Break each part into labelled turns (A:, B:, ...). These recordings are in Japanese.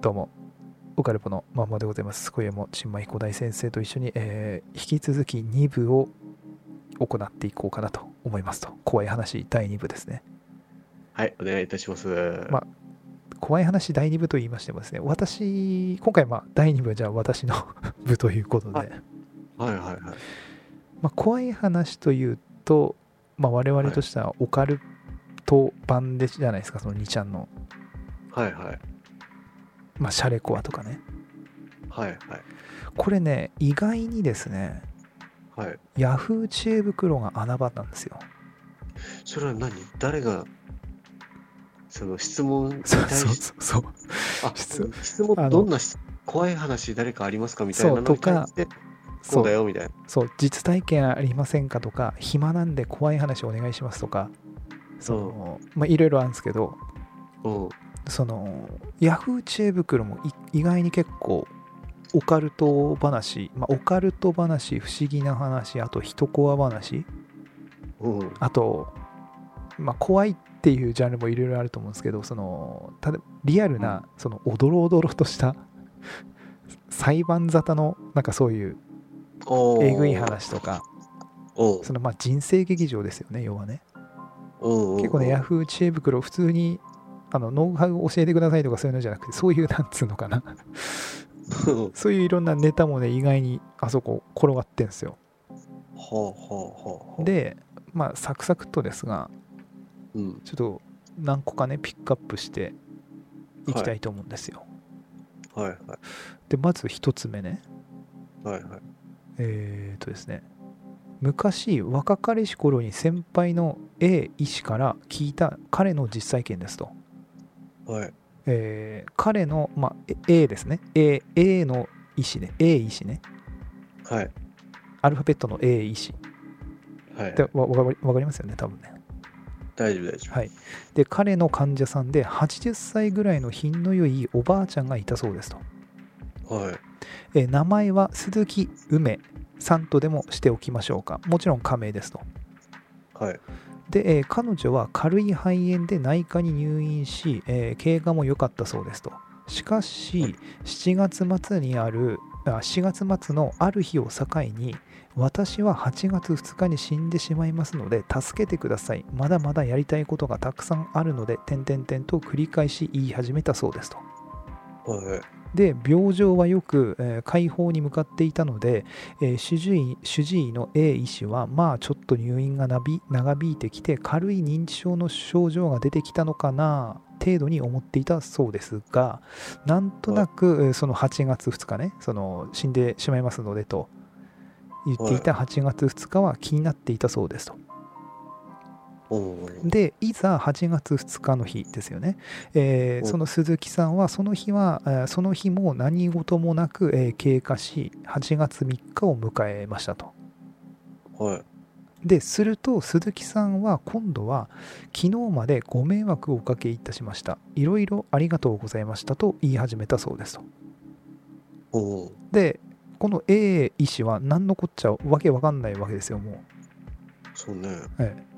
A: どうも、オカルポのまんまでございます。今夜も新米彦大先生と一緒に、えー引き続き2部を行っていこうかなと思いますと。怖い話第2部ですね。
B: はい、お願いいたします。
A: まあ怖い話第2部と言いましてもですね、私、今回まあ第2部はじゃあ私の 部ということで、
B: はいはいはいはい。
A: まあ、怖い話というと、まあ、我々としてはオカルト版でじゃないですか、その2ちゃんの、
B: はいはい。
A: まあ、シャレコアとかね。
B: はいはい。
A: これね、意外にですね、
B: はい。
A: ヤフー知恵袋が穴場なんですよ。
B: それは何誰が、その質問に対
A: そう
B: し
A: そうそうそう。
B: あ
A: 質
B: 質
A: あの
B: 問、どんな質怖い話誰かありますかみたいな
A: そう
B: の
A: と
B: に
A: か
B: 対して、
A: そ
B: そうだ
A: う
B: よみたいな。
A: そう実体験ありませんかとか暇なんで怖い話お願いしますとかそのまあいろいろあるんですけど
B: うん。
A: そのヤフー知恵袋もい意外に結構オカルト話、まあ、オカルト話不思議な話あと人コア話
B: うん。
A: あと、まあ、怖いっていうジャンルもいろいろあると思うんですけどそのただリアルなそのおどろおどろとした 裁判沙汰のなんかそういう
B: おー
A: えぐい。話とか
B: おー
A: そのまあ人生劇場ですよね要はね
B: お
A: 結構ねヤ
B: や
A: フー知恵袋普通にあのノウハウを教えてくださいとかそういうのじゃなくてそういうなんつうのかな
B: は
A: そういういろんなネタもね意外にあそこ転がってんすよ
B: あはあはあはあ、
A: でまあサクサクっとですが
B: うん。
A: ちょっと何個かねピックアップしていきたいと思うんですよ、
B: はいはい。
A: でまず一つ目ね
B: はいはい。
A: えー、っとですね昔若かりし頃に先輩の A 医師から聞いた彼の実際験ですと
B: はい。
A: えー彼の、まあ、A A ですね。A, A の医師ね。A 医師ね。
B: はい。
A: アルファベットの A 医師。
B: はい
A: で。わわかりわかりますよね、多分ね。
B: 大丈夫大丈夫。
A: はい。で、彼の患者さんで80歳ぐらいの品の良いおばあちゃんがいたそうですと。
B: はい。
A: えー名前は鈴木梅さんとでもしておきましょうか。もちろん仮名ですと。
B: はい。
A: で、えー彼女は軽い肺炎で内科に入院し、えー経過も良かったそうですと。しかし、7月末にある、あ7月末のある日を境に、私は8月2日に死んでしまいますので、助けてください。まだまだやりたいことがたくさんあるので、点々点と繰り返し言い始めたそうですと。
B: はい。
A: で病状はよく、えー快方に向かっていたので、えー主治医主治医の A 医師はまあちょっと入院がなび長引いてきて軽い認知症の症状が出てきたのかな程度に思っていたそうですがなんとなく、えーその8月2日ねその死んでしまいますのでと言っていた8月2日は気になっていたそうですと。
B: おー
A: でいざ8月2日の日ですよね、えー
B: うん
A: その鈴木さんはその日はえーその日も何事もなく、えー経過し8月3日を迎えましたと
B: はい。
A: ですると鈴木さんは今度は昨日までご迷惑をおかけいたしましたいろいろありがとうございましたと言い始めたそうですと
B: おー
A: でこの A 医師は何のこっちゃわけわかんないわけですよもう
B: そうね。
A: ええ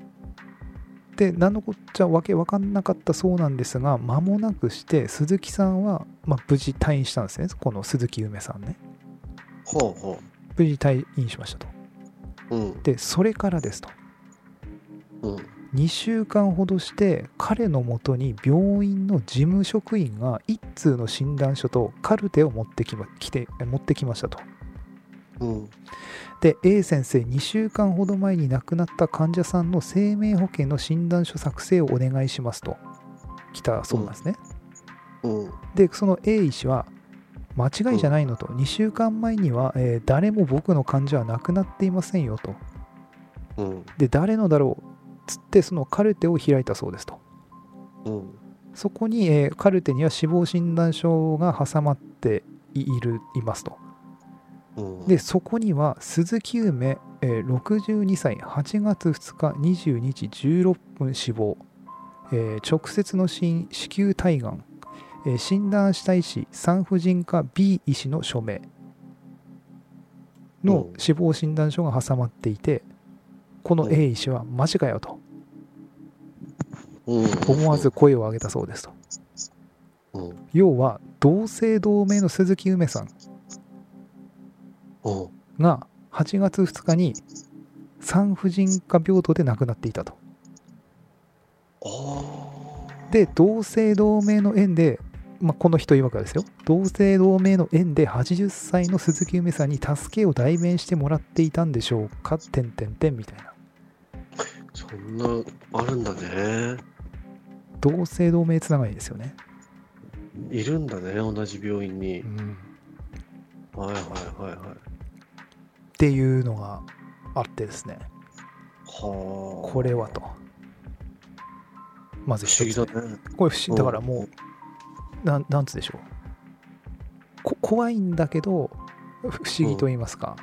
A: で何のこっちゃわけわかんなかったそうなんですが間もなくして鈴木さんは、まあ、無事退院したんですねこの鈴木梅さんね
B: はあは
A: 無事退院しましたと
B: あ。うん。
A: でそれからですと
B: うん。
A: 2週間ほどして彼のもとに病院の事務職員が一通の診断書とカルテを持ってき,、ま、来て持ってきましたと
B: うん。
A: で A 先生2週間ほど前に亡くなった患者さんの生命保険の診断書作成をお願いしますと来たそうなんですね、
B: うん。
A: でその A 医師は間違いじゃないのと、2週間前には、えー誰も僕の患者は亡くなっていませんよと
B: うん。
A: で誰のだろうつってそのカルテを開いたそうですと
B: うん。
A: そこに、えーカルテには死亡診断書が挟まっているいますと
B: うん。
A: でそこには鈴木梅、えー62歳8月2日22時16分死亡、えー直接の死因子宮体がん、えー診断した医師産婦人科 B 医師の署名の
B: うん
A: 死亡診断書が挟まっていてこの
B: うん
A: A 医師はマジかよと
B: うん
A: 思わず。声を上げたそうですと
B: おう
A: 要は同姓同名の鈴木梅さん
B: おう
A: が8月2日に産婦人科病棟で亡くなっていたと
B: おー
A: で同姓同名の縁で、まあ、この人曰くですよ同姓同名の縁で80歳の鈴木梅さんに助けを代弁してもらっていたんでしょうかてんてんてんみたいな
B: そんなあるんだね
A: 同姓同名つながりですよね、
B: いるんだね同じ病院に
A: う、ん、
B: はいはいはいはい
A: っていうのがあってですね
B: はあ
A: これはとまず
B: 不
A: 一
B: 思議
A: つ
B: だ
A: 目
B: ね
A: これ不思
B: うん
A: だからもうなんなんつうでしょうこ怖いんだけどふ不思議と言いますか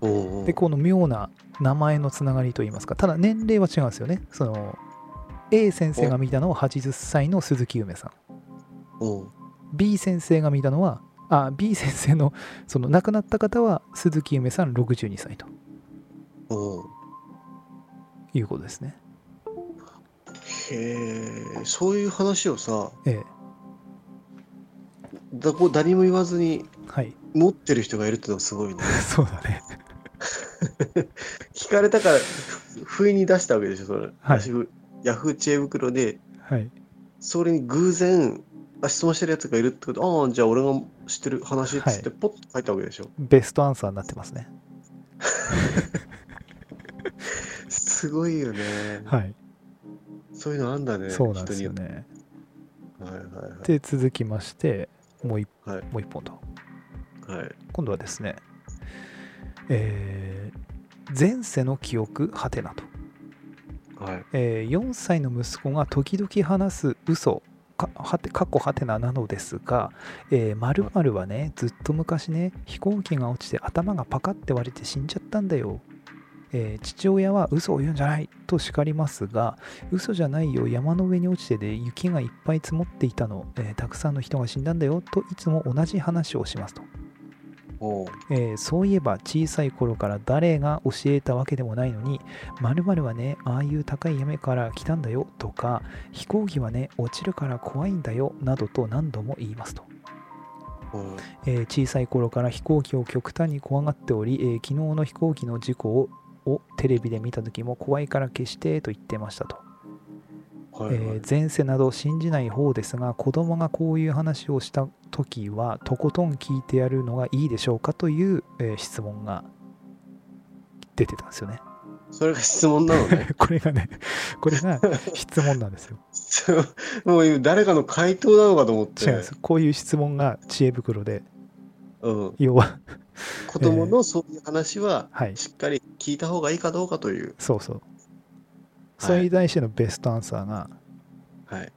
B: おうおう
A: でこの妙な名前のつながりと言いますかただ年齢は違うんですよねその A 先生が見たのは80歳の鈴木梅さん
B: おう
A: B 先生が見たのはあ B 先生のその亡くなった方は鈴木梅さん62歳と
B: おう
A: いうことですね
B: へえそういう話をさ
A: ええ
B: だこう誰も言わずに
A: はい
B: 持ってる人がいるってのはすごいね
A: そうだね
B: 聞かれたからふ不意に出したわけでしょそれ、
A: はい
B: 私ヤフー知恵袋で
A: はい
B: それに偶然あ質問してるやつがいるってことああじゃあ俺が知ってる話っつってポッと書いたわけでしょ、
A: ベストアンサーになってますね
B: すごいよね、
A: はい
B: そういうのあんだね
A: そうなんですよ
B: 人
A: ね
B: によってはいはい
A: で続きましてもう一、
B: はい
A: もう一本と
B: はいはい
A: 今度はですねえー前世の記憶はてなと、
B: はい
A: えー4歳の息子が時々話す嘘かはてかっこはてななのですが、えー、〇〇はねずっと昔ね飛行機が落ちて頭がパカって割れて死んじゃったんだよ、えー父親は嘘を言うんじゃないと叱りますが嘘じゃないよ山の上に落ちてで雪がいっぱい積もっていたの、えーたくさんの人が死んだんだよといつも同じ話をしますと
B: おう
A: えーそういえば小さい頃から誰が教えたわけでもないのに〇〇はねああいう高い山から来たんだよとか飛行機はね落ちるから怖いんだよなどと何度も言いますと、
B: おう
A: えー小さい頃から飛行機を極端に怖がっており、えー昨日の飛行機の事故ををテレビで見た時も怖いから消してと言ってましたと、
B: はいはい
A: えー前世など信じない方ですが子供がこういう話をした時はとことん聞いてやるのがいいでしょうかという、えー質問が出てたんですよね。
B: それが質問なのね
A: これがねこれが質問なんですよ。
B: そうもう今誰かの回答なのかと思って
A: 違うんですこういう質問が知恵袋で
B: うん、
A: 要は
B: 子供のそういう話は
A: はい
B: しっかり聞いた方がいいかどうかという、
A: そうそうそれに対してのベストアンサーが、
B: はい、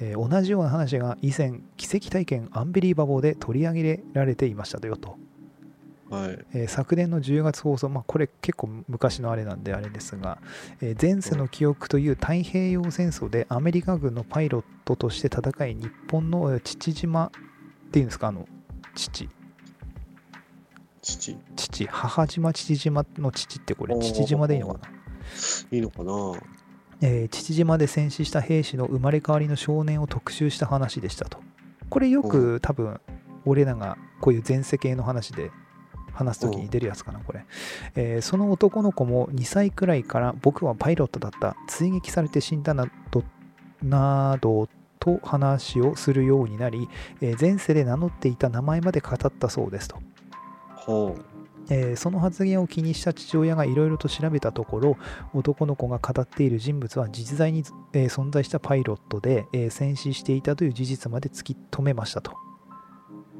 A: えー同じような話が以前奇跡体験アンビリーバボーで取り上げられていましたよと。
B: はい、
A: えー昨年の10月放送、まあ、これ結構昔のあれなんであれですが、えー前世の記憶という太平洋戦争でアメリカ軍のパイロットとして戦い日本のえー父島っていうんですかあの父
B: 父、い
A: 父母島父島の父ってこれ
B: おー
A: 父島でいいのかな、
B: いのかな
A: えー父島で戦死した兵士の生まれ変わりの少年を特集した話でしたとこれよく多分俺らがこういう前世系の話で話す時に出るやつかなこれ、えーその男の子も2歳くらいから僕はパイロットだった追撃されて死んだなどなどと話をするようになり、えー前世で名乗っていた名前まで語ったそうですと
B: ほう
A: えーその発言を気にした父親がいろいろと調べたところ男の子が語っている人物は実在に、えー存在したパイロットで、えー戦死していたという事実まで突き止めましたと、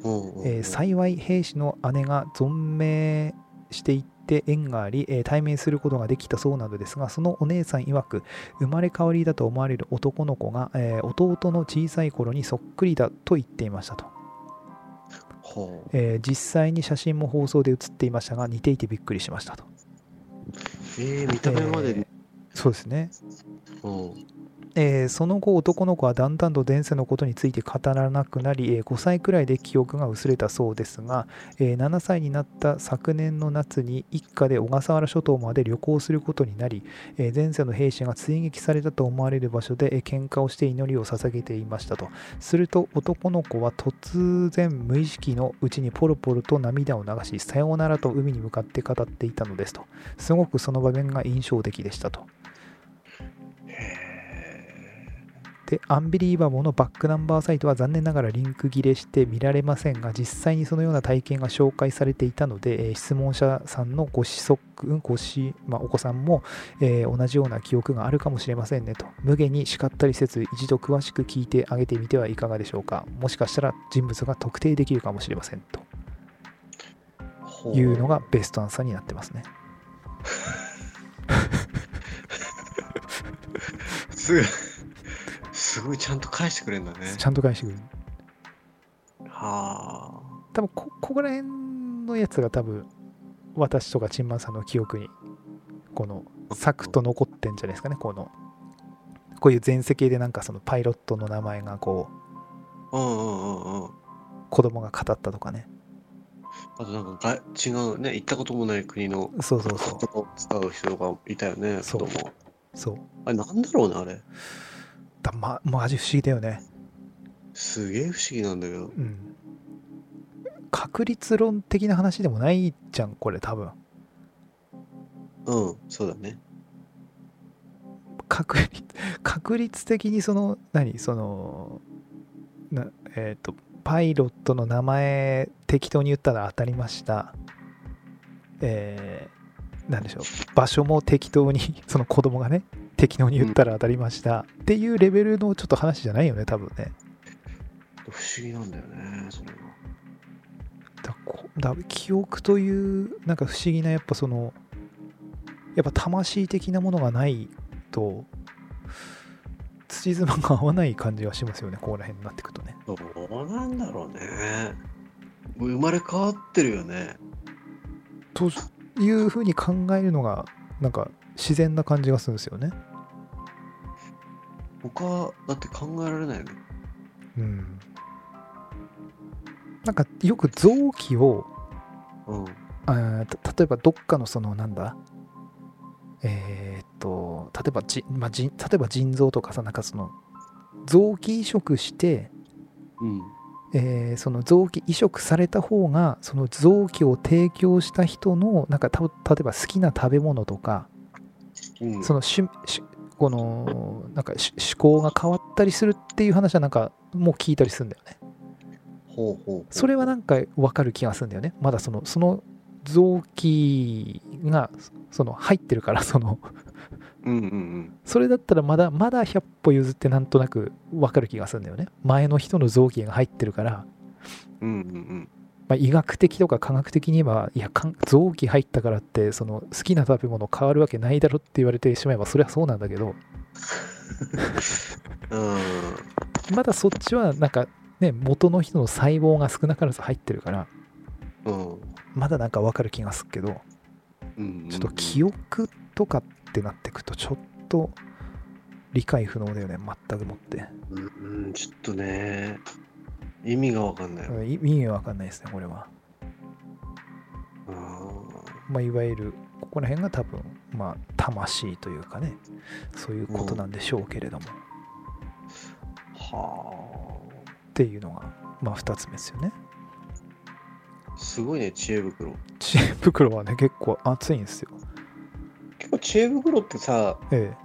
B: ほうほう
A: えー幸い兵士の姉が存命していって縁があり、えー対面することができたそうなのですがそのお姉さん曰く生まれ変わりだと思われる男の子が、えー弟の小さい頃にそっくりだと言っていましたと
B: ほう
A: えー実際に写真も放送で写っていましたが似ていてびっくりしましたと
B: えー見た目までに、
A: そうですね、
B: うん
A: えーその後男の子はだんだんと前世のことについて語らなくなり、えー5歳くらいで記憶が薄れたそうですが、えー7歳になった昨年の夏に一家で小笠原諸島まで旅行することになり、えー前世の兵士が追撃されたと思われる場所で、えー喧嘩をして祈りを捧げていましたとすると男の子は突然無意識のうちにポロポロと涙を流しさようならと海に向かって語っていたのですとすごくその場面が印象的でしたとで、アンビリーバボーのバックナンバーサイトは残念ながらリンク切れして見られませんが、実際にそのような体験が紹介されていたので、えー質問者さんのご子息、ご子、まあ、お子さんも、えー同じような記憶があるかもしれませんねと。無限に叱ったりせず、一度詳しく聞いてあげてみてはいかがでしょうか。もしかしたら人物が特定できるかもしれませんと
B: ほ
A: いうのがベストアンサーになってますね。
B: すごいすごいちゃんと返してくれるんだね
A: ちゃんと返してくる。
B: は
A: 多分こここら辺のやつが多分私とかチンマンさんの記憶にこのサクッと残ってんじゃないですかねこのこういう前世系でなんかそのパイロットの名前がこう
B: あうんうんうんうん
A: 子供が語ったとかね
B: あとなんかが違うね行ったこともない国の
A: そうそうそ
B: 言葉を使う人がいたよね
A: そう
B: 子供
A: うそう
B: あれなんだろうねあれ
A: だまマジ不思議だよね
B: すげえ不思議なんだけ
A: う
B: ど
A: ん確率論的な話でもないじゃんこれ多分
B: うんそうだね
A: 確率 確率的にその何そのなえっ、とパイロットの名前適当に言ったら当たりましたえー、なんでしょう場所も適当にその子供がね適当に言ったら当たりました、っていうレベルのちょっと話じゃないよね多分ね
B: 不思議なんだよねそれは
A: だこだ記憶というなんか不思議なやっぱそのやっぱ魂的なものがないと土妻が合わない感じがしますよねここら辺になってくとね
B: どうなんだろうね生まれ変わってるよね
A: というふうに考えるのがなんか自然な感じがするんですよね
B: 他だって考えられないの
A: うんなんかよく臓器を
B: うん
A: あーた例えばどっかのそのなんだえーっと例えばじ、まあ、じん例えば腎臓とかさなんかその臓器移植して、
B: うん
A: えーその臓器移植された方がその臓器を提供した人のなんかた例えば好きな食べ物とか
B: うん
A: そのししこのなんかし思考が変わったりするっていう話はなんかもう聞いたりするんだよね
B: ほうほうほう
A: それはなんか分かる気がするんだよねまだそのその臓器がその入ってるからその
B: うんうんうん
A: それだったらまだまだ100歩譲ってなんとなく分かる気がするんだよね前の人の臓器が入ってるから、
B: うんうんうん
A: まあ、医学的とか科学的に言えばいやかん臓器入ったからってその好きな食べ物変わるわけないだろって言われてしまえばそれはそうなんだけど
B: うん
A: まだそっちはなんかね元の人の細胞が少なからず入ってるから
B: うん
A: まだなんか分かる気がするけど
B: うん
A: ちょっと記憶とかってなってくとちょっと理解不能だよね全くもって
B: うんうんちょっとね意味がわかんない、
A: うんい意味わかんないですねこれは、
B: うん
A: まあ、いわゆるここら辺が多分まあ魂というかねそういうことなんでしょうけれども、っ
B: は
A: ていうのがまあ2つ目ですよね
B: あすごいね知恵袋
A: 知恵袋はね結構熱いんですよ
B: 結構知恵袋ってさ
A: ええ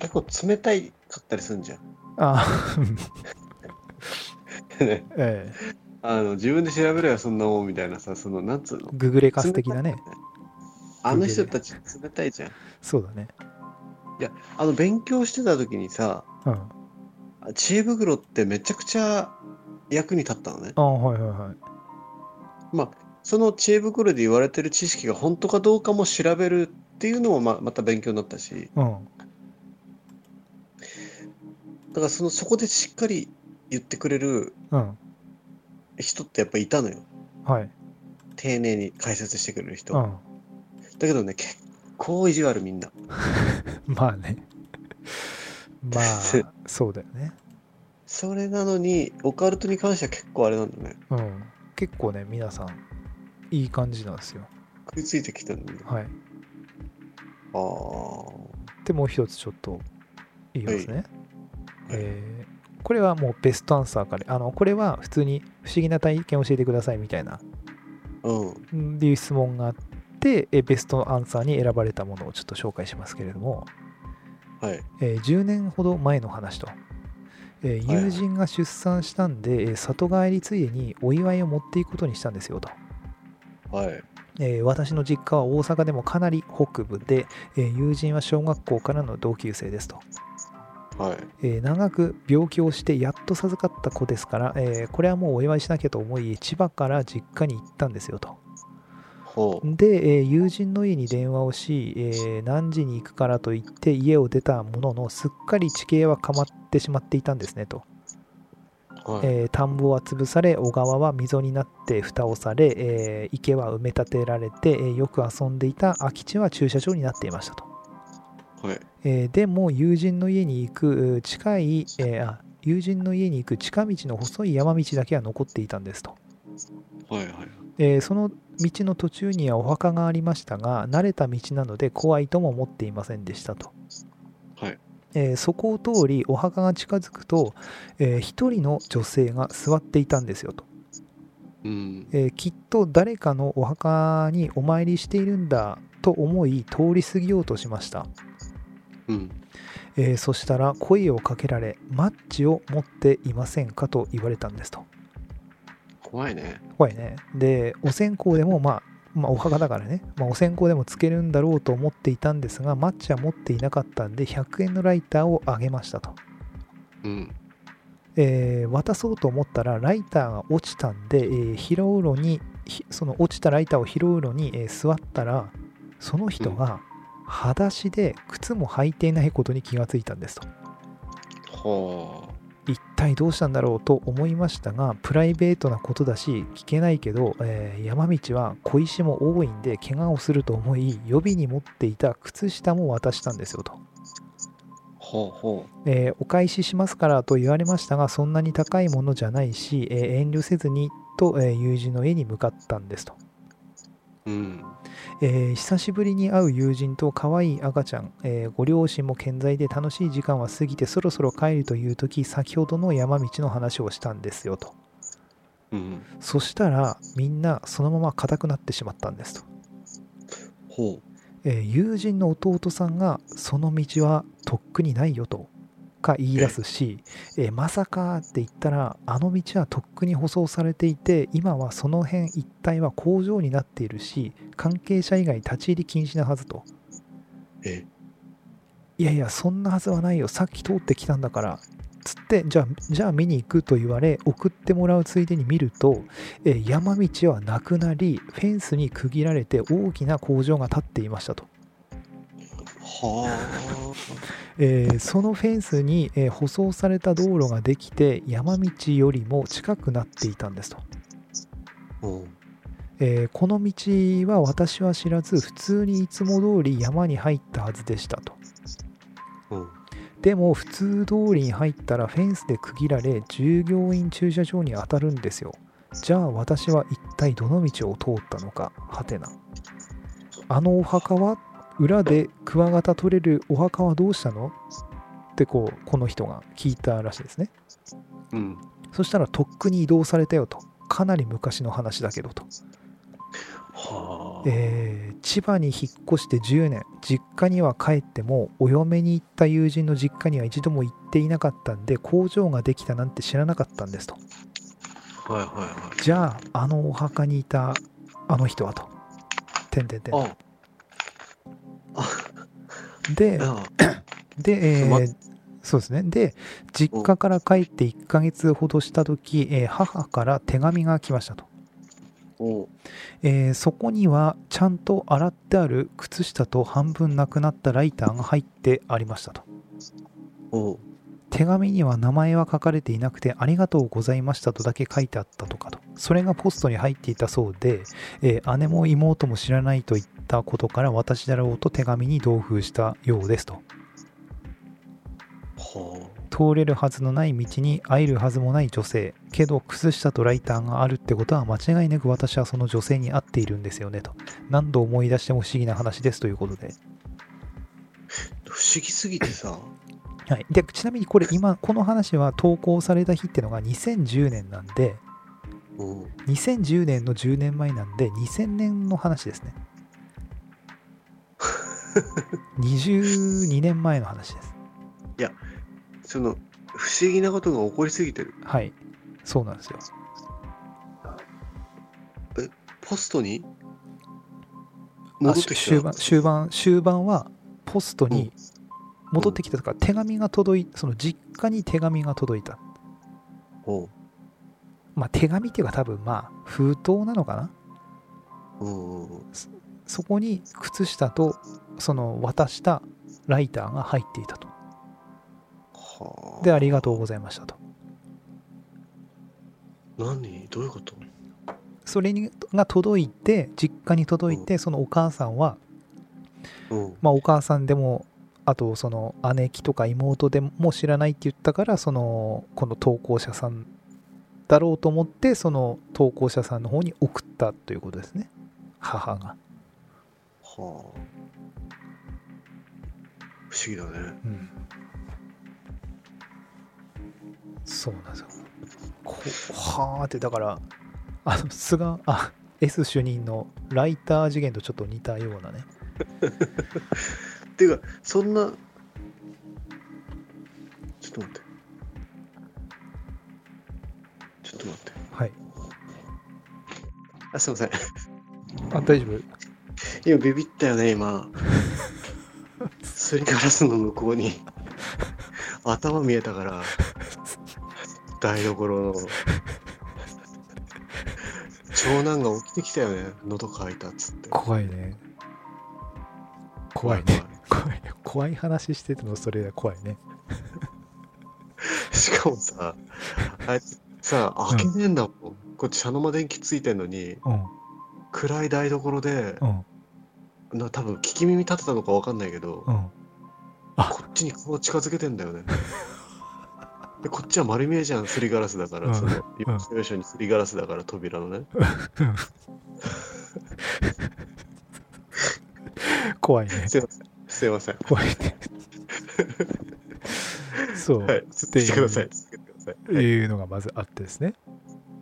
B: 結構冷たいかったりするんじゃん
A: あ あ
B: ね
A: ええ
B: あの自分で調べればそんなもんみたいなさそのなんつうの
A: ググレカス的なね
B: 冷たいよあの人たち冷たいじゃん
A: そうだね
B: あの勉強してた時にさ
A: うん
B: 知恵袋ってめちゃくちゃ役に立ったのね
A: あはいはいはい。
B: その知恵袋で言われてる知識が本当かどうかも調べるっていうのもままた勉強になったし
A: うん。
B: だからそのそこでしっかり言ってくれる
A: うん。
B: 人ってやっぱいたのよ
A: はい。
B: 丁寧に解説してくれる人、
A: うん。
B: だけどね結構意地悪みんな
A: まあね。まあそうだよね、
B: それなのに、オカルトに関しては結構あれなんだね。
A: うん、結構ね皆さんいい感じなんですよ
B: 食いついてきたんだね。あ
A: はい
B: あ。
A: でもう一つちょっと言いますね、
B: はい
A: えーこれはもうベストアンサーからあのこれは普通に不思議な体験を教えてくださいみたいな
B: うん。
A: うんっていう質問があってえーベストアンサーに選ばれたものをちょっと紹介しますけれども、
B: はい。
A: えー10年ほど前の話と、えー
B: はいはい
A: 友人が出産したんで、えー里帰りついでにお祝いを持っていくことにしたんですよと、
B: はい。
A: えー私の実家は大阪でもかなり北部で、えー友人は小学校からの同級生ですと、
B: はい。
A: えー長く病気をしてやっと授かった子ですから、えーこれはもうお祝いしなきゃと思い千葉から実家に行ったんですよと
B: ほう。
A: で、えー友人の家に電話をし、えー何時に行くからと言って家を出たもののすっかり地形はかまってしまっていたんですねと、
B: はい。
A: えー田んぼは潰され小川は溝になって蓋をされ、えー池は埋め立てられて、えーよく遊んでいた空き地は駐車場になっていましたと
B: はい。
A: えーでも友人の家に行くうー近い、えーあ友人の家に行く近道の細い山道だけは残っていたんですと、
B: はい。はい。
A: えーその道の途中にはお墓がありましたが慣れた道なので怖いとも思っていませんでしたと、
B: はい
A: えーそこを通りお墓が近づくと、えー一人の女性が座っていたんですよと
B: うん。
A: えーきっと誰かのお墓にお参りしているんだと思い通り過ぎようとしました、
B: うん。
A: えーそしたら声をかけられマッチを持っていませんかと言われたんですと
B: 怖いね。
A: 怖いねでお線香でもまあまあ、お墓だからね、まあ、お線香でもつけるんだろうと思っていたんですがマッチは持っていなかったんで100円のライターをあげましたと、
B: うん。
A: えー渡そうと思ったらライターが落ちたんで、えー拾うのにひその落ちたライターを拾うのに、えー座ったらその人が裸足で靴も履いていないことに気がついたんですと
B: ほ
A: 一体どうしたんだろうと思いましたがプライベートなことだし聞けないけど、えー山道は小石も多いんで怪我をすると思い予備に持っていた靴下も渡したんですよと、
B: う。ほうほ
A: えーお返ししますからと言われましたがそんなに高いものじゃないし、えー遠慮せずにと、えー友人の家に向かったんですと、
B: う。うん。
A: えー久しぶりに会う友人と可愛い赤ちゃん、えーご両親も健在で楽しい時間は過ぎてそろそろ帰るという時先ほどの山道の話をしたんですよと
B: うん。
A: そしたらみんなそのまま硬くなってしまったんですと、
B: ほう。
A: えー友人の弟さんがその道はとっくにないよとか言い出すし、えーまさかって言ったらあの道はとっくに舗装されていて今はその辺一帯は工場になっているし関係者以外立ち入り禁止なはずと
B: え。
A: いやいやそんなはずはないよさっき通ってきたんだからつってじゃあじゃあ見に行くと言われ送ってもらうついでに見ると、えー山道はなくなりフェンスに区切られて大きな工場が建っていましたと、
B: は
A: えーそのフェンスに、えー舗装された道路ができて山道よりも近くなっていたんですと、
B: あ。うん。
A: えーこの道は私は知らず普通にいつも通り山に入ったはずでしたと
B: うん。
A: でも普通通りに入ったらフェンスで区切られ従業員駐車場に当たるんですよじゃあ私は一体どの道を通ったのかはてなあのお墓は裏でクワガタ取れるお墓はどうしたのってこうこの人が聞いたらしいですね
B: うん。
A: そしたらとっくに移動されたよとかなり昔の話だけどと
B: はあ。
A: えー千葉に引っ越して10年実家には帰ってもお嫁に行った友人の実家には一度も行っていなかったんで工場ができたなんて知らなかったんですと
B: はいは
A: じゃああのお墓にいたあの人はと。てんてんて
B: いはい。
A: んで
B: あ。あ。
A: で、えー
B: ま
A: そうですねで実家から帰って1ヶ月ほどした時、えー母から手紙が来ましたと、
B: おう。
A: えーそこにはちゃんと洗ってある靴下と半分なくなったライターが入ってありましたと
B: おう。
A: 手紙には名前は書かれていなくて「ありがとうございました」とだけ書いてあったとかとそれがポストに入っていたそうで、えー姉も妹も知らないと言ったことから私だろうと手紙に同封したようですと、
B: は
A: 通れるはずのない道に会えるはずもない女性けど靴下とライターがあるってことは間違いなく私はその女性に会っているんですよねと何度思い出しても不思議な話ですということで、
B: あ、不思議すぎてさ。
A: はい、でちなみにこれ今この話は投稿された日ってのが2010年なんで
B: うん。
A: 2010年の10年前なんで2000年の話 ですね22年前の話です
B: その、不思議なことが起こりすぎてる。
A: はいそうなんですよ
B: ポストに
A: あ
B: 戻ってきた
A: 終盤終盤終盤はポストに戻ってきたとか、手紙が届いその実家に手紙が届いた
B: ほ
A: まあ手紙っていうか多分まあ封筒なのかな
B: ううんうんうん
A: そこに靴下とその渡したライターが入っていたと
B: はあ
A: でありがとうございましたと
B: 何どういうこと
A: それにが届いて実家に届いてそのお母さんは
B: うん
A: まあお母さんでもあとその姉貴とか妹でも知らないって言ったからそのこの投稿者さんだろうと思ってその投稿者さんの方に送ったということですね母が、
B: はあ不思議だね
A: うん、そうなんですよこはあってだからあの菅あ S 主任のライター次元とちょっと似たようなね
B: っていうかそんなちょっと待ってちょっと待って
A: はい
B: あすいません
A: あ大丈夫
B: 今ビビったよね今すりガラスの向こうに頭見えたから台所の長男が起きてきたよね喉乾いたっつって
A: 怖いね怖いね 怖い怖い話しててもそれは怖いね
B: しかもさ、あいつさ、開けねえんだもん。こっち、茶の間電気ついてんのに、
A: うん
B: 暗い台所で、
A: うん
B: な多分聞き耳立てたのかわかんないけど、
A: うん
B: こっちに顔近づけてんだよね。でこっちは丸見えじゃん、すりガラスだから、
A: うん
B: その、
A: うん
B: 要所要所にすりガラスだから、扉のね。
A: 怖いね
B: すいません、すいません。
A: 怖いねそう、、
B: はい、続けてください、続けてください。はいい、
A: うのがまずあってですね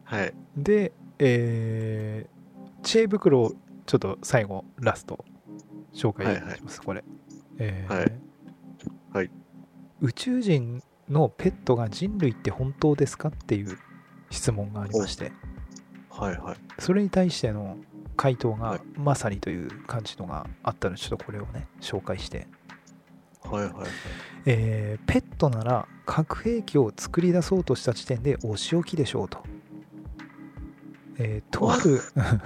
B: はい、
A: でえー、知恵袋をちょっと最後ラスト紹介します、これえー
B: はいはい
A: 宇宙人のペットが人類って本当ですかっていう質問がありまして
B: はい、はい。
A: それに対しての回答
B: は
A: が
B: い
A: まさにという感じのがあったのでちょっとこれをね紹介して、
B: はいはい
A: えーペットなら核兵器を作り出そうとした時点でお仕置きでしょうと。えーとある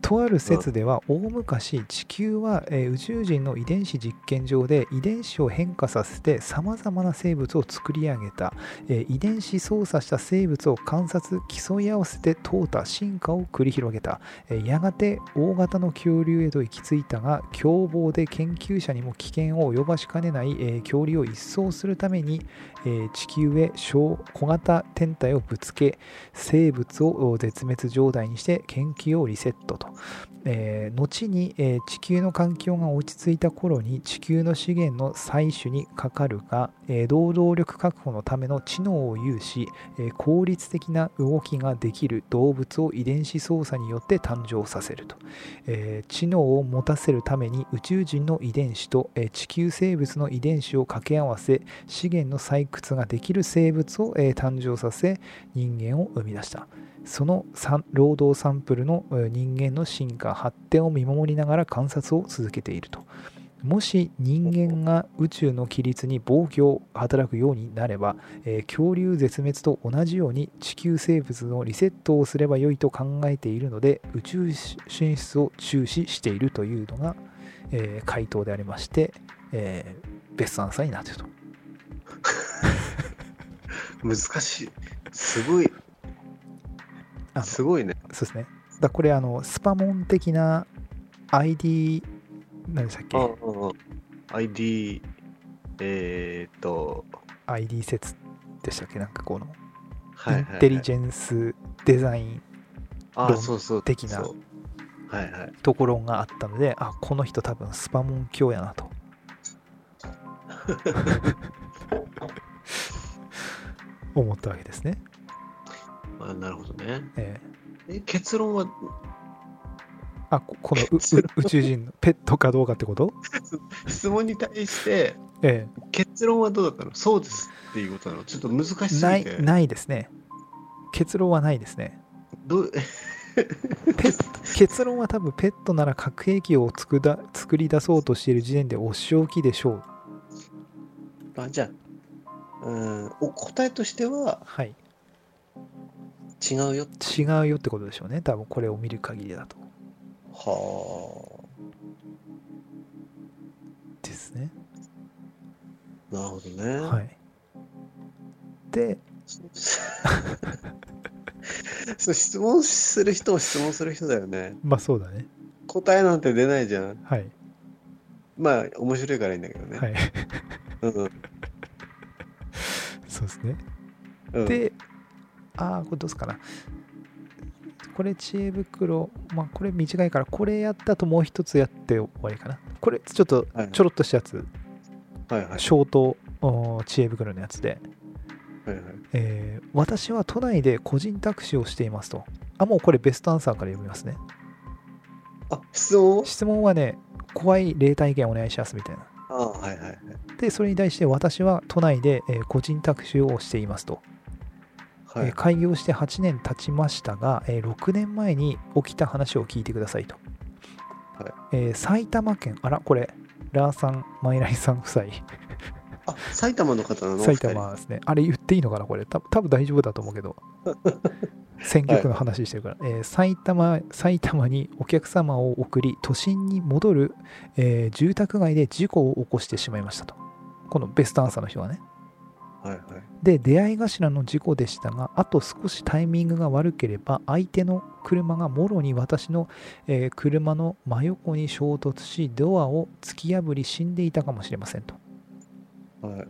A: とある説では大昔地球は、えー宇宙人の遺伝子実験場で遺伝子を変化させてさまざまな生物を作り上げた、えー遺伝子操作した生物を観察競い合わせて淘汰進化を繰り広げたえーやがて大型の恐竜へと行き着いたが凶暴で研究者にも危険を及ばしかねない、えー恐竜を一掃するために、えー地球へ小小型天体をぶつけ生物をお絶滅状態にして研究をリセットと、えー後に、えー地球の環境が落ち着いた頃に地球の資源の採取にかかるが、えー労働力確保のための知能を有し、えー効率的な動きができる動物を遺伝子操作によって誕生させると、えー知能を持たせるために宇宙人の遺伝子と、えー地球生物の遺伝子を掛け合わせ資源の採掘ができる生物を、えー誕生させ人間を生み出したその三労働サンプルのえー人間の進化発展を見守りながら観察を続けているともし人間が宇宙の規律に防御を働くようになればえー恐竜絶滅と同じように地球生物のリセットをすれば良いと考えているので宇宙進出を注視しているというのが、えー回答でありまして、えーベストアンサーになっていると。
B: 難しい。すごい
A: あ。
B: すごいね。
A: そうですね。だからこれあのスパモン的な ID 何でしたっけ
B: ああああ ID、えーっと、
A: ID 説でしたっけなんかこの
B: はい
A: イ
B: はい
A: ン
B: はい、
A: テリジェンスデザイン
B: あ
A: 論
B: そうそう
A: 的な
B: そうはいはい
A: ところがあったのであこの人多分スパモン教やな と思ったわけですね、
B: あなるほどね
A: え
B: え結論は
A: えあここのうう宇宙人のペットかどうかってこと
B: 質問に対して
A: え
B: 結論はどうだったのそうですっていうことなのちょっと難し
A: え
B: す
A: な
B: ぎ
A: い
B: て
A: ないですね結論はないですね
B: どう
A: ペッ結論は多分ペットなら核兵器を作だ作り出そうとしている時点でお仕置きでしょう
B: あじゃあうんお答えとしては
A: はい
B: 違うよ
A: 違うよってことでしょうね多分これを見る限りだと
B: は
A: ですね
B: あなるほどね、
A: はいで
B: そう質問する人も質問する人だよね
A: まあそうだね
B: 答えなんて出ないじゃん
A: はい
B: まあ面白いからいいんだけどね、
A: はい
B: うん
A: そうですね
B: うん、
A: でああこれどうすっかなこれ知恵袋まあこれ短いからこれやったともう一つやって終わりかなこれちょっと
B: はい
A: ちょろっとしたやつ
B: はいはい
A: ショートお知恵袋のやつで
B: はいはい
A: えー私は都内で個人タクシーをしていますと。あ、もうこれベストアンサーから読みますね。
B: あ質問を
A: 質問はね、怖い霊体験お願いしますみたいな。
B: あはいはいはい
A: で、それに対して私は都内で、えー個人タクシーをしていますと、
B: はい
A: えー開業して8年経ちましたが、えー6年前に起きた話を聞いてくださいと。
B: はい
A: えー埼玉県、あら、これ、ラーさん、マイライさん夫妻、
B: あ埼玉の方なの
A: 埼玉ですね。あれ言っていいのかな、これ。た多分大丈夫だと思うけど。選挙区の話してるから、えー埼玉埼玉にお客様を送り都心に戻る、えー住宅街で事故を起こしてしまいましたとこのベストアンサーの人がね
B: お二人はいはい
A: で出会い頭の事故でしたがあと少しタイミングが悪ければ相手の車がもろに私の、えー車の真横に衝突しドアを突き破り死んでいたかもしれませんと
B: はい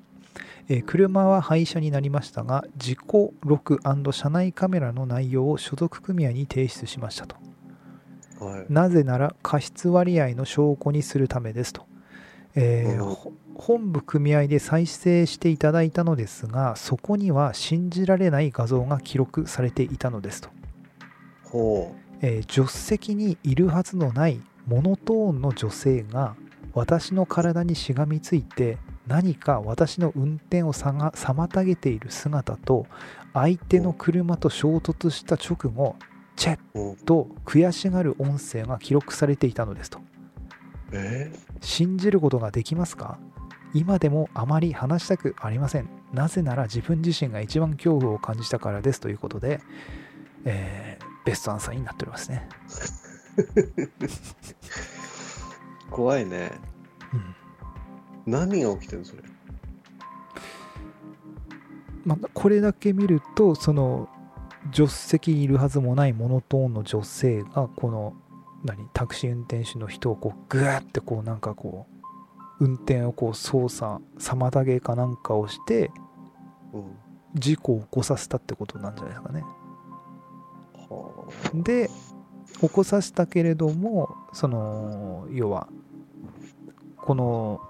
A: えー車は廃車になりましたが事故録車内カメラの内容を所属組合に提出しましたと
B: はい
A: なぜなら過失割合の証拠にするためですと、えー
B: うん
A: ほ本部組合で再生していただいたのですがそこには信じられない画像が記録されていたのですと、
B: ほ
A: えー助手席にいるはずのないモノトーンの女性が私の体にしがみついて何か私の運転をさが妨げている姿と相手の車と衝突した直後チェッ
B: うほう
A: と悔しがる音声が記録されていたのですと
B: え
A: 信じることができますか今でもあまり話したくありませんなぜなら自分自身が一番恐怖を感じたからですということで、えーベストアンサーになっておりますね、
B: ー怖いね
A: うん
B: 何が起きてるのそれ
A: まあ、これだけ見るとその助手席にいるはずもないモノトーンの女性がこの何タクシー運転手の人をこうグーってこうなんかこう運転をこう操作妨げかなんかをして
B: うん
A: 事故を起こさせたってことなんじゃないですかね。
B: は
A: で起こさせたけれどもその要はこの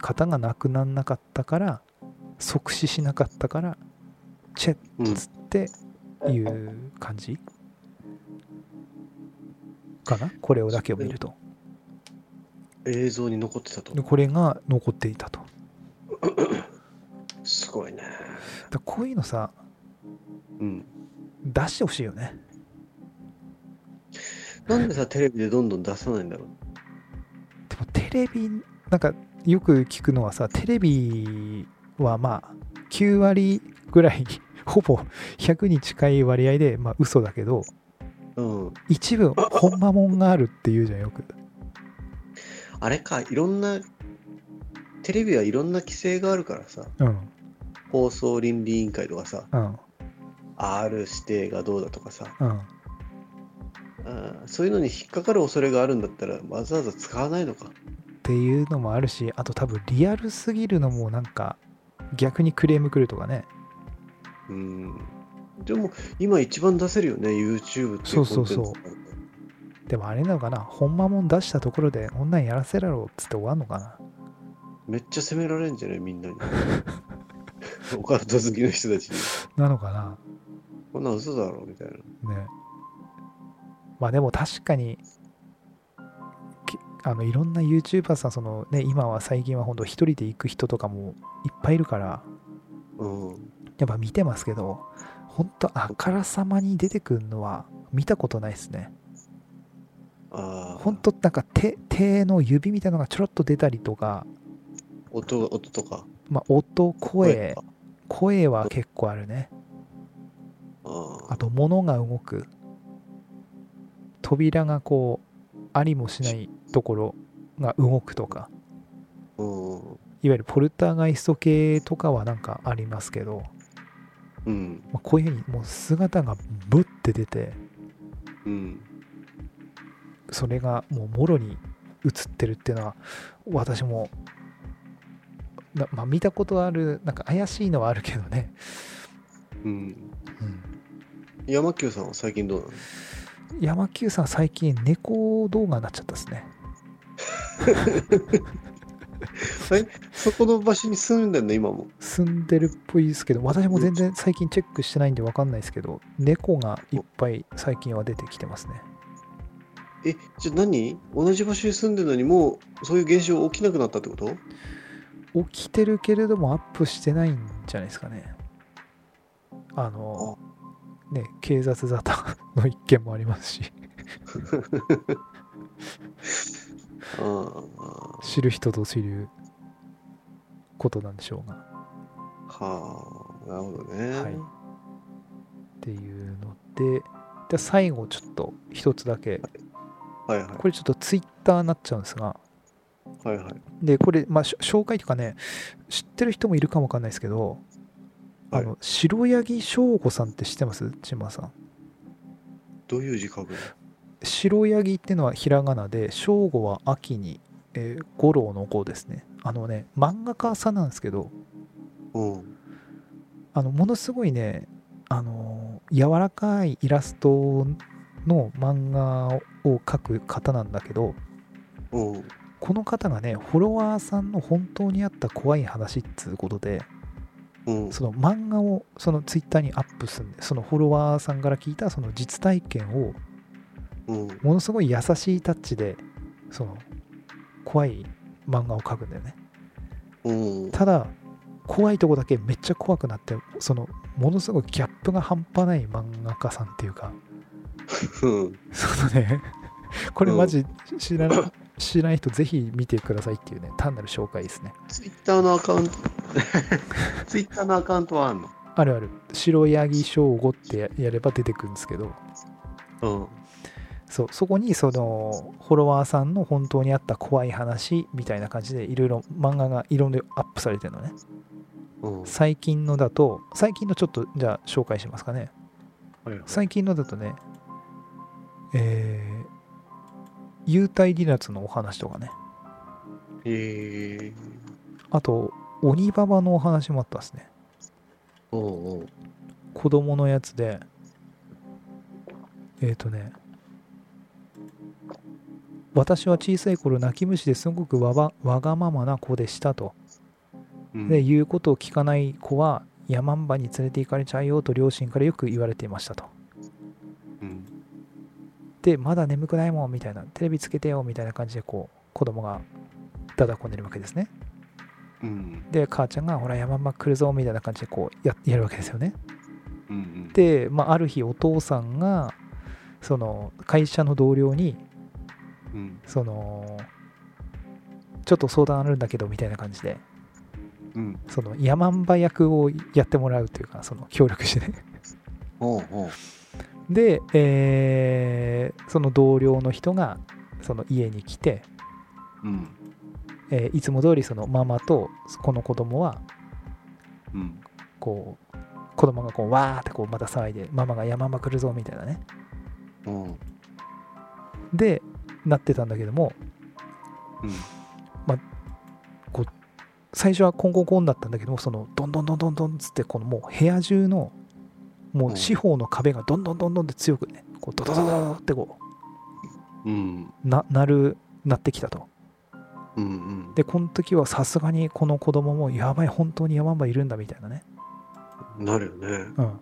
A: 方がなくならなかったから即死しなかったからチェッ
B: うん
A: つっていう感じかなこれをだけを見ると
B: あ映像に残ってたと
A: でこれが残っていたと
B: すごいね
A: だこういうのさ
B: うん
A: 出してほしいよね
B: なんでさテレビでどんどん出さないんだろう
A: でもテレビなんかよく聞くのはさテレビはまあ9割ぐらい ほぼ100に近い割合でまあ嘘だけど
B: うん、
A: 一部ほんまもんがあるっていうじゃんよく
B: あれかいろんなテレビはいろんな規制があるからさ
A: うん
B: 放送倫理委員会とかさ
A: うん
B: R 指定がどうだとかさ
A: うん
B: あーそういうのに引っかかる恐れがあるんだったらわざわざ使わないのか
A: っていうのもあるしあと多分リアルすぎるのもなんか逆にクレーム来るとかね
B: うん。でも、今一番出せるよね、YouTube ってい
A: そう
B: コンテンツ
A: うそうそうでもあれなのかなほんまもん出したところでこんなんやらせらろうっつって終わんのかな
B: めっちゃ責められんじゃないみんなに。 オカルト好きの人たちに。
A: なのかな
B: こんなん嘘だろみたいな。
A: ねまあでも確かにきあのいろんな YouTuber さんその、ね、今は最近は本当一人で行く人とかもいっぱいいるから
B: うん。
A: やっぱ見てますけど本当あからさまに出てくるのは見たことないですね
B: ああ。
A: 本当なんか手手の指みたいなのがちょろっと出たりとか、
B: 音が、音とか。
A: まあ、音声
B: とか。
A: 声は結構あるね
B: あ
A: あと物が動く扉がこうありもしないところが動くとか
B: あ。うん。
A: いわゆるポルターガイスト系とかはなんかありますけど、
B: うん。
A: まあ、こういうふうにもう姿がブッて出て
B: うん。
A: それがもうもろに映ってるっていうのは私もな、まあ、見たことあるなんか怪しいのはあるけどね、
B: うん。
A: うん、
B: 山久さんは最近どうなの
A: 山久さん最近猫動画になっちゃったですね
B: そこの場所に住んでんの今も。
A: 住んでるっぽいですけど私も全然最近チェックしてないんで分かんないですけど猫がいっぱい最近は出てきてますね
B: え、じゃあ何同じ場所に住んでるのにもうそういう現象起きなくなったってこと
A: 起きてるけれどもアップしてないんじゃないですかねあのね警察沙汰の一件もありますし
B: あ
A: 知る人ぞ知ることなんでしょうがっ
B: あ。はあ。なるほどね。
A: はいていうのでで最後ちょっと一つだけ
B: はいは
A: これちょっとツイッターになっちゃうんですが
B: い。はいはい。
A: でこれ、まあ、し紹介というかね知ってる人もいるかもわかんないですけど、
B: はい
A: あの白柳翔吾さんって知ってます千葉さん
B: どういう字書くの
A: 白柳ってのはひらがなで翔吾は秋に、えー五郎の五ですねあのね漫画家さんなんですけど
B: うん。
A: あのものすごいねあのー柔らかいイラストの漫画を描く方なんだけど
B: うん。
A: この方がねフォロワーさんの本当にあった怖い話っつうことで
B: うん。
A: その漫画をそのツイッターにアップするんでそのフォロワーさんから聞いたその実体験を
B: うん。
A: ものすごい優しいタッチでその怖い漫画を描くんだよね
B: うん。
A: ただ怖いとこだけめっちゃ怖くなってそのものすごいギャップが半端ない漫画家さんっていうか
B: うん。
A: そのね これマジ知らない、知らない人ぜひ見てくださいっていうね単なる紹介ですね
B: ツイッターのアカウ ント、ツイッターのアカウントはあんの
A: あるある白柳翔吾ってややれば出てくるんですけど
B: うん。
A: そうそこにそのフォロワーさんの本当にあった怖い話みたいな感じでいろいろ漫画がいろいろアップされてるのね
B: うん。は
A: 最近のだと最近のちょっとじゃあ紹介しますかね
B: いはい。
A: 最近のだとねえー、幽体離脱のお話とかね
B: へえ。
A: あと鬼ババのお話もあったですね
B: うんうん。
A: 子供のやつでえっ、ー、とね私は小さい頃泣き虫ですごくわばわがままな子でしたと
B: うん
A: で言うことを聞かない子は山んばに連れて行かれちゃうよと両親からよく言われていましたと
B: うん。
A: でまだ眠くないもんみたいなテレビつけてよみたいな感じでこう子供がだだこねるわけですね
B: うん。
A: で母ちゃんがほら山んば来るぞみたいな感じでこうややるわけですよね
B: うん。
A: で、まあ、ある日お父さんがその会社の同僚に
B: うん。
A: そのちょっと相談あるんだけどみたいな感じで
B: うん。
A: その山んば役をやってもらうというかその協力してね
B: おうん。うん。
A: で、えーその同僚の人がその家に来て、
B: うん。
A: えーいつも通りそのママとこの子供は
B: うん。
A: こう子供がこうわーってこうまた騒いでママが山ま来るぞみたいなね
B: うん。
A: でなってたんだけども
B: うん。
A: 最初はコンコンコンだったんだけどもそのどんどんどんどんどんっつってこのもう部屋中のも
B: う
A: うん四方の壁がどんどんどんどんって強くねこうドドドドドドってこ
B: うん。
A: うななるなってきたと
B: うんうん。
A: でこの時はさすがにこの子供もやばい本当にヤマンバいるんだみたいなね
B: なるよね。
A: うんっ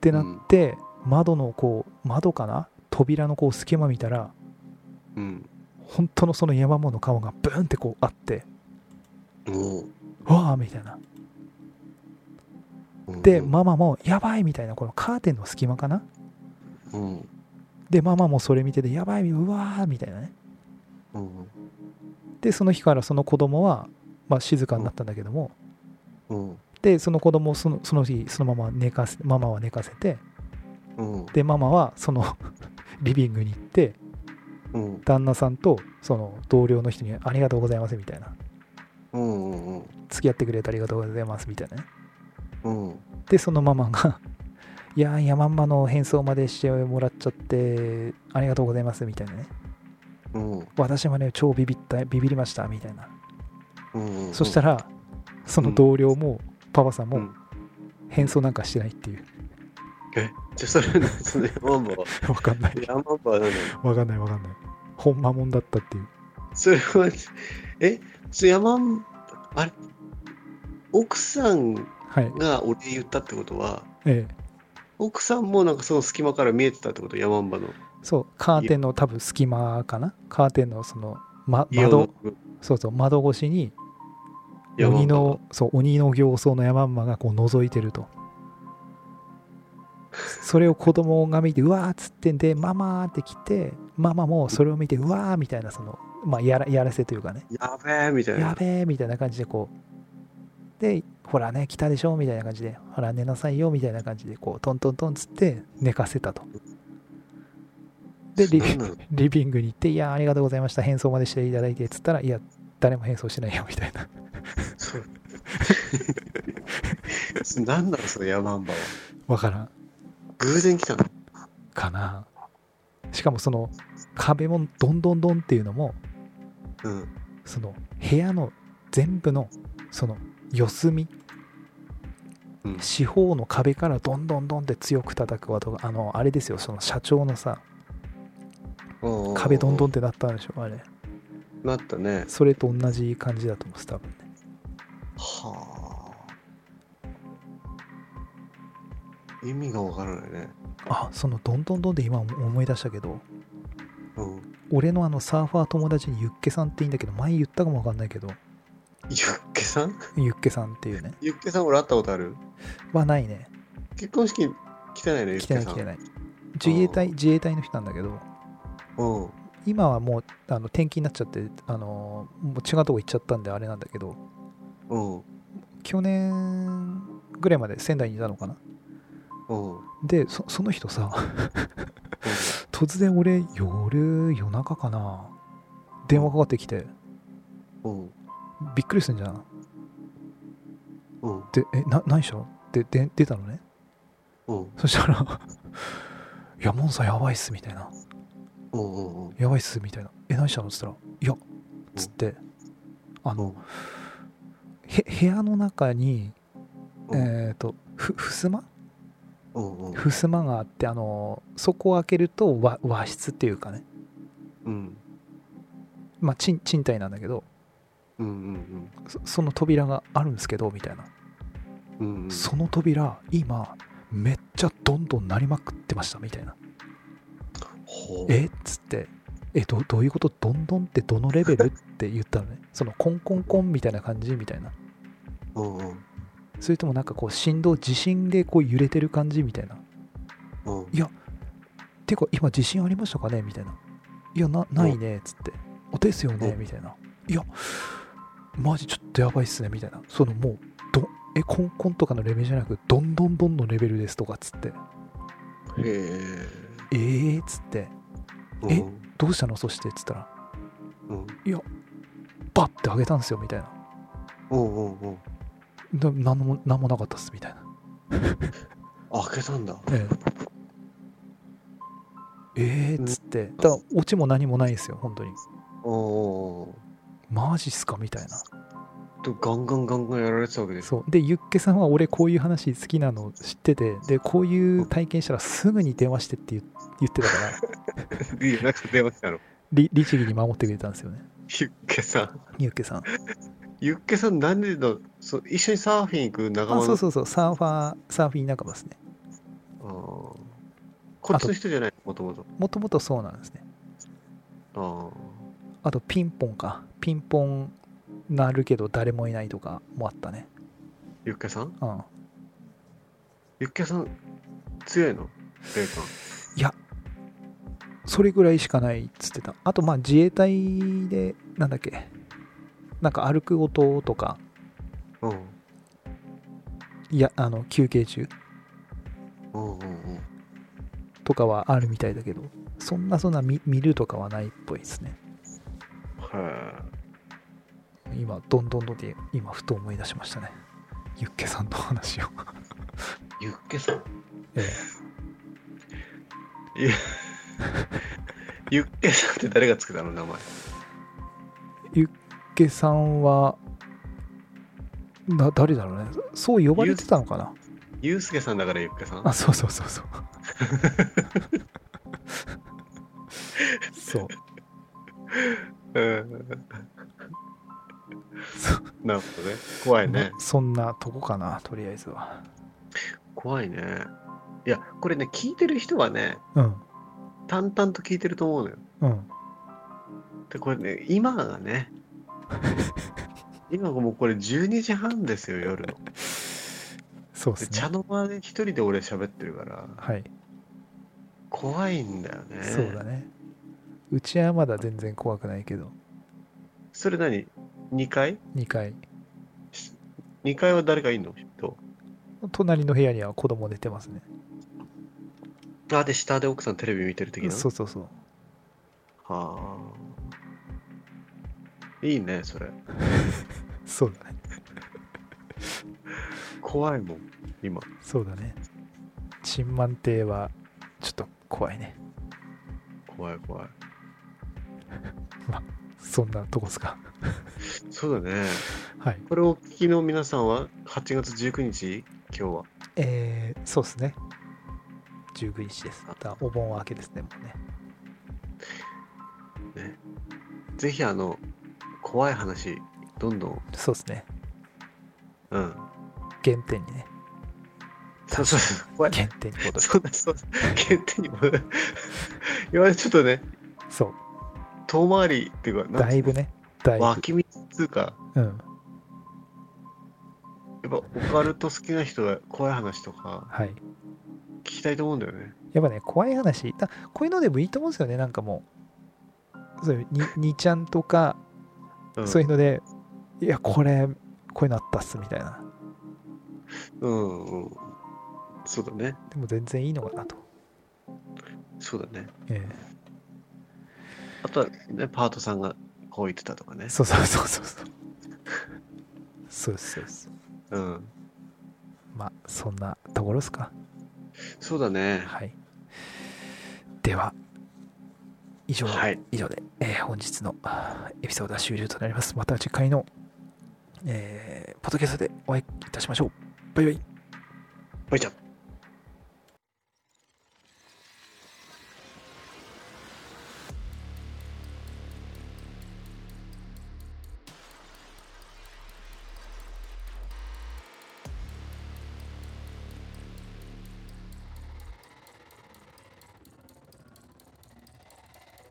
A: てなって、窓のこう窓かな扉のこう隙間見たら
B: うん。
A: 本当のそのヤマンバの顔がブーンってこうあって
B: もう
A: わあみたいな
B: うん。
A: で
B: うん、
A: ママもやばいみたいなこのカーテンの隙間かな
B: うん。
A: でママもそれ見ててやばいうわーみたいなね
B: うん。
A: でその日からその子供はまあ、静かになったんだけども、
B: うん。
A: でその子供をそのその日そのまま寝かせママは寝かせて
B: うん。
A: でママはその リビングに行って
B: うん。
A: 旦那さんとその同僚の人に「ありがとうございます」みたいな
B: うん。うん。
A: 「付き合ってくれてありがとうございます」みたいなね
B: うん。
A: でそのママが 「いやー山んまの返送までしてもらっちゃってありがとうございます」みたいなね
B: うん。
A: 「私もね超ビビったビビりました」みたいな
B: うん。
A: そした
B: ら、
A: らその同僚もパパさん
B: う
A: も
B: ん。
A: 変装なんかしてないっていう
B: え、じゃあそれ、それ、マンバは、
A: わかんない
B: ヤマンバは何なの
A: わかんないわかんないほんまもんだったっていう
B: それは、え、それヤマン、あれ、奥さん
A: はい
B: が俺言ったってことは、
A: ええ
B: 奥さんもなんかその隙間から見えてたってことヤマンバの。
A: そうカーテンの多分隙間かなカーテンのその、ま、
B: 家の
A: 窓そうそう窓越しに
B: ヤマ
A: 鬼
B: ンバが
A: のそう鬼の形相の山マがこう覗いてる とそれを子供が見てうわーっつってんでママーって来てママもそれを見てうわーみたいなそのまあやらやらせというかね
B: やべえみたいな。
A: やべえみたいな感じでこうでほらね来たでしょみたいな感じでほら寝なさいよみたいな感じでこうトントントンつって寝かせたとでリビ
B: 何なの
A: リビングに行って「いやーありがとうございました変装までしていただいて」っつったら「いや誰も変装しないよ」みたいな
B: そう何 なのそのヤマンバは。
A: わからん
B: 偶然来たの。
A: かなしかもその壁もどんどんどんっていうのも
B: うん。
A: その部屋の全部のその四隅、
B: うん
A: 四方の壁からどんどんどんって強く叩く音があのあれですよその社長のさ
B: おうおうおう
A: 壁どんどんってなったんでしょあれ
B: なったね。
A: それと同じ感じだと思うんです多分ね
B: はあ。意味がわからないね。
A: あそのどんどんどんで今思い出したけど
B: うん。
A: 俺のあのサーファー友達にユッケさんっていいんだけど前言ったかもわかんないけど
B: ユッケさん
A: ユッケさんっていうね
B: ユッケさん俺会ったことある
A: はないね
B: 結婚式来てないのユ
A: 来
B: ッ
A: て
B: ケ
A: ない
B: さん。
A: 来てない自衛隊
B: あー
A: 自衛隊の人なんだけど
B: うん。
A: 今はもうあの転勤になっちゃって、あのーもう違うとこ行っちゃったんであれなんだけど
B: うん。
A: 去年ぐらいまで仙台にいたのかな
B: うん。うん
A: でそその人さ突然俺夜夜中かな電話かかってきて
B: うん。
A: びっくりするんじゃん
B: うん。
A: で「えな何したの?」ってで出たのね
B: うん。
A: そしたら「いやモンさんやばいっす」みたいな
B: うん。うん。うん
A: 「やばいっす」みたいな「え何したの?」っつったら「いや」つってあのへ部屋の中に
B: うん
A: えっ、とふふすま
B: うん。うん。
A: 襖があってあのそこを開けると和和室っていうかね
B: うん。
A: まあ賃賃貸なんだけど
B: うん。うん。
A: そその扉があるんですけどみたいな、
B: うん。うん。
A: その扉今めっちゃどんどん鳴りまくってましたみたいな、
B: ほう
A: えっつってえどどういうことどんどんってどのレベルって言ったのねそのコンコンコンみたいな感じみたいな
B: うんうん
A: それともなんかこう振動地震でこう揺れてる感じみたいな
B: うん
A: てか今地震ありましたかねみたいな「いやなないね」っつって「おですよね」
B: うん
A: みたいな「いやマジちょっとやばいっすね」みたいなそのもうどえコンコンとかのレベルじゃなくどんどんどんのレベルですとかっつって
B: へえ
A: 「えー」っつってえ「どうしたのそして」っつったら
B: うん
A: 「バッて上げたんですよ」みたいな
B: うんうんうん
A: 「ななんもなんもなかったっす」みたいな
B: 開けたんだ
A: 「えええー」っつってだからオチも何もないんですよ本当に
B: おお
A: マジっすかみたいな
B: とガンガンガンガンやられてたわけです
A: そうでユッケさんは俺こういう話好きなの知っててでこういう体験したらすぐに電話してって言言ってたから
B: いやなんか電話したの
A: り律儀に守ってくれたんですよね
B: ユッケさん
A: ユッケさん
B: ユッケさん何でのそう一緒にサーフィン行く仲
A: あ
B: 間の
A: そうそうそうサーファーサーフィン仲間ですね
B: あーこっちの人じゃないもともと
A: もともとそうなんですね
B: あ
A: あとピンポンかピンポンなるけど誰もいないとかもあったね
B: ーユッケさん
A: うん
B: ユッケさん強いの霊感
A: それぐらいしかないっつってたあとまあ自衛隊でなんだっけなんか歩く音とか
B: うん
A: いやあの休憩中
B: うんうんうん
A: とかはあるみたいだけどそんなそんな見見るとかはないっぽいですね
B: は
A: 今どんどんどんで今ふと思い出しましたねユッケさんの話を
B: いユッケさん
A: え
B: いや ユッケさんって誰がつけたの名前
A: ユッケさんはな誰だろうねそう呼ばれてたのかな
B: ユースケさんだからユッケさん
A: あそうそうそう そうそう
B: うん
A: そう
B: なるほどね怖いね
A: まそんなとこかなとりあえずは
B: 怖いねいやこれね聞いてる人はね
A: うん
B: 淡々と聞いてると思うのよ
A: うん
B: でこれね今がね今がもうこれ12時半ですよ夜の
A: そうで
B: です
A: ね
B: 茶の間で一人で俺喋ってるから
A: はい
B: 怖いんだよね
A: そうだねうちはまだ全然怖くないけど
B: それ何2階
A: 2階
B: ?2 階は誰かいんの人
A: 隣の部屋には子供寝てますね
B: あで下で奥さんテレビ見てる的な
A: そうそうそう
B: はあいいねそれ
A: そうだね
B: 怖いもん今
A: そうだね陳満亭はちょっと怖いね
B: 怖い怖い
A: そんなとこっすか
B: そうだね
A: はい
B: これをお聞きの皆さんは8月19日今日は
A: えー、そうですね19日ですまたお盆は明けですねもうね
B: ぜひあの怖い話どんどん
A: そうですね
B: うん
A: 原点にね
B: そうそうそう怖い
A: 原点に戻る
B: そうだそうだ原点にも今までちょっとね
A: そう
B: 遠回りっていうかなんつうの
A: だいぶねだいぶ
B: 脇道っていうか
A: うん
B: やっぱオカルト好きな人は怖い話とか
A: はい
B: 聞きたいと思うんだよね
A: やっぱね、怖い話。だこういうのでもいいと思うんですよね、なんかもう。そういうに、にちゃんとか、
B: うん
A: そういうので、いや、これ、こういうのあったっす、みたいな。
B: うんうんそうだね
A: でも全然いいのかなと。
B: そうだね
A: え
B: あとはねパートさんがこう言ってたとかね
A: えそうそうそうそうそう。そうです、そうです。
B: うん
A: まあ、そんなところですか。
B: そうだね
A: はい。では、以上、
B: はい
A: 以上で、えー本日のあーエピソードは終了となります。また次回の、えーポッドキャストでお会いいたしましょう。バイバイ。
B: バイちゃん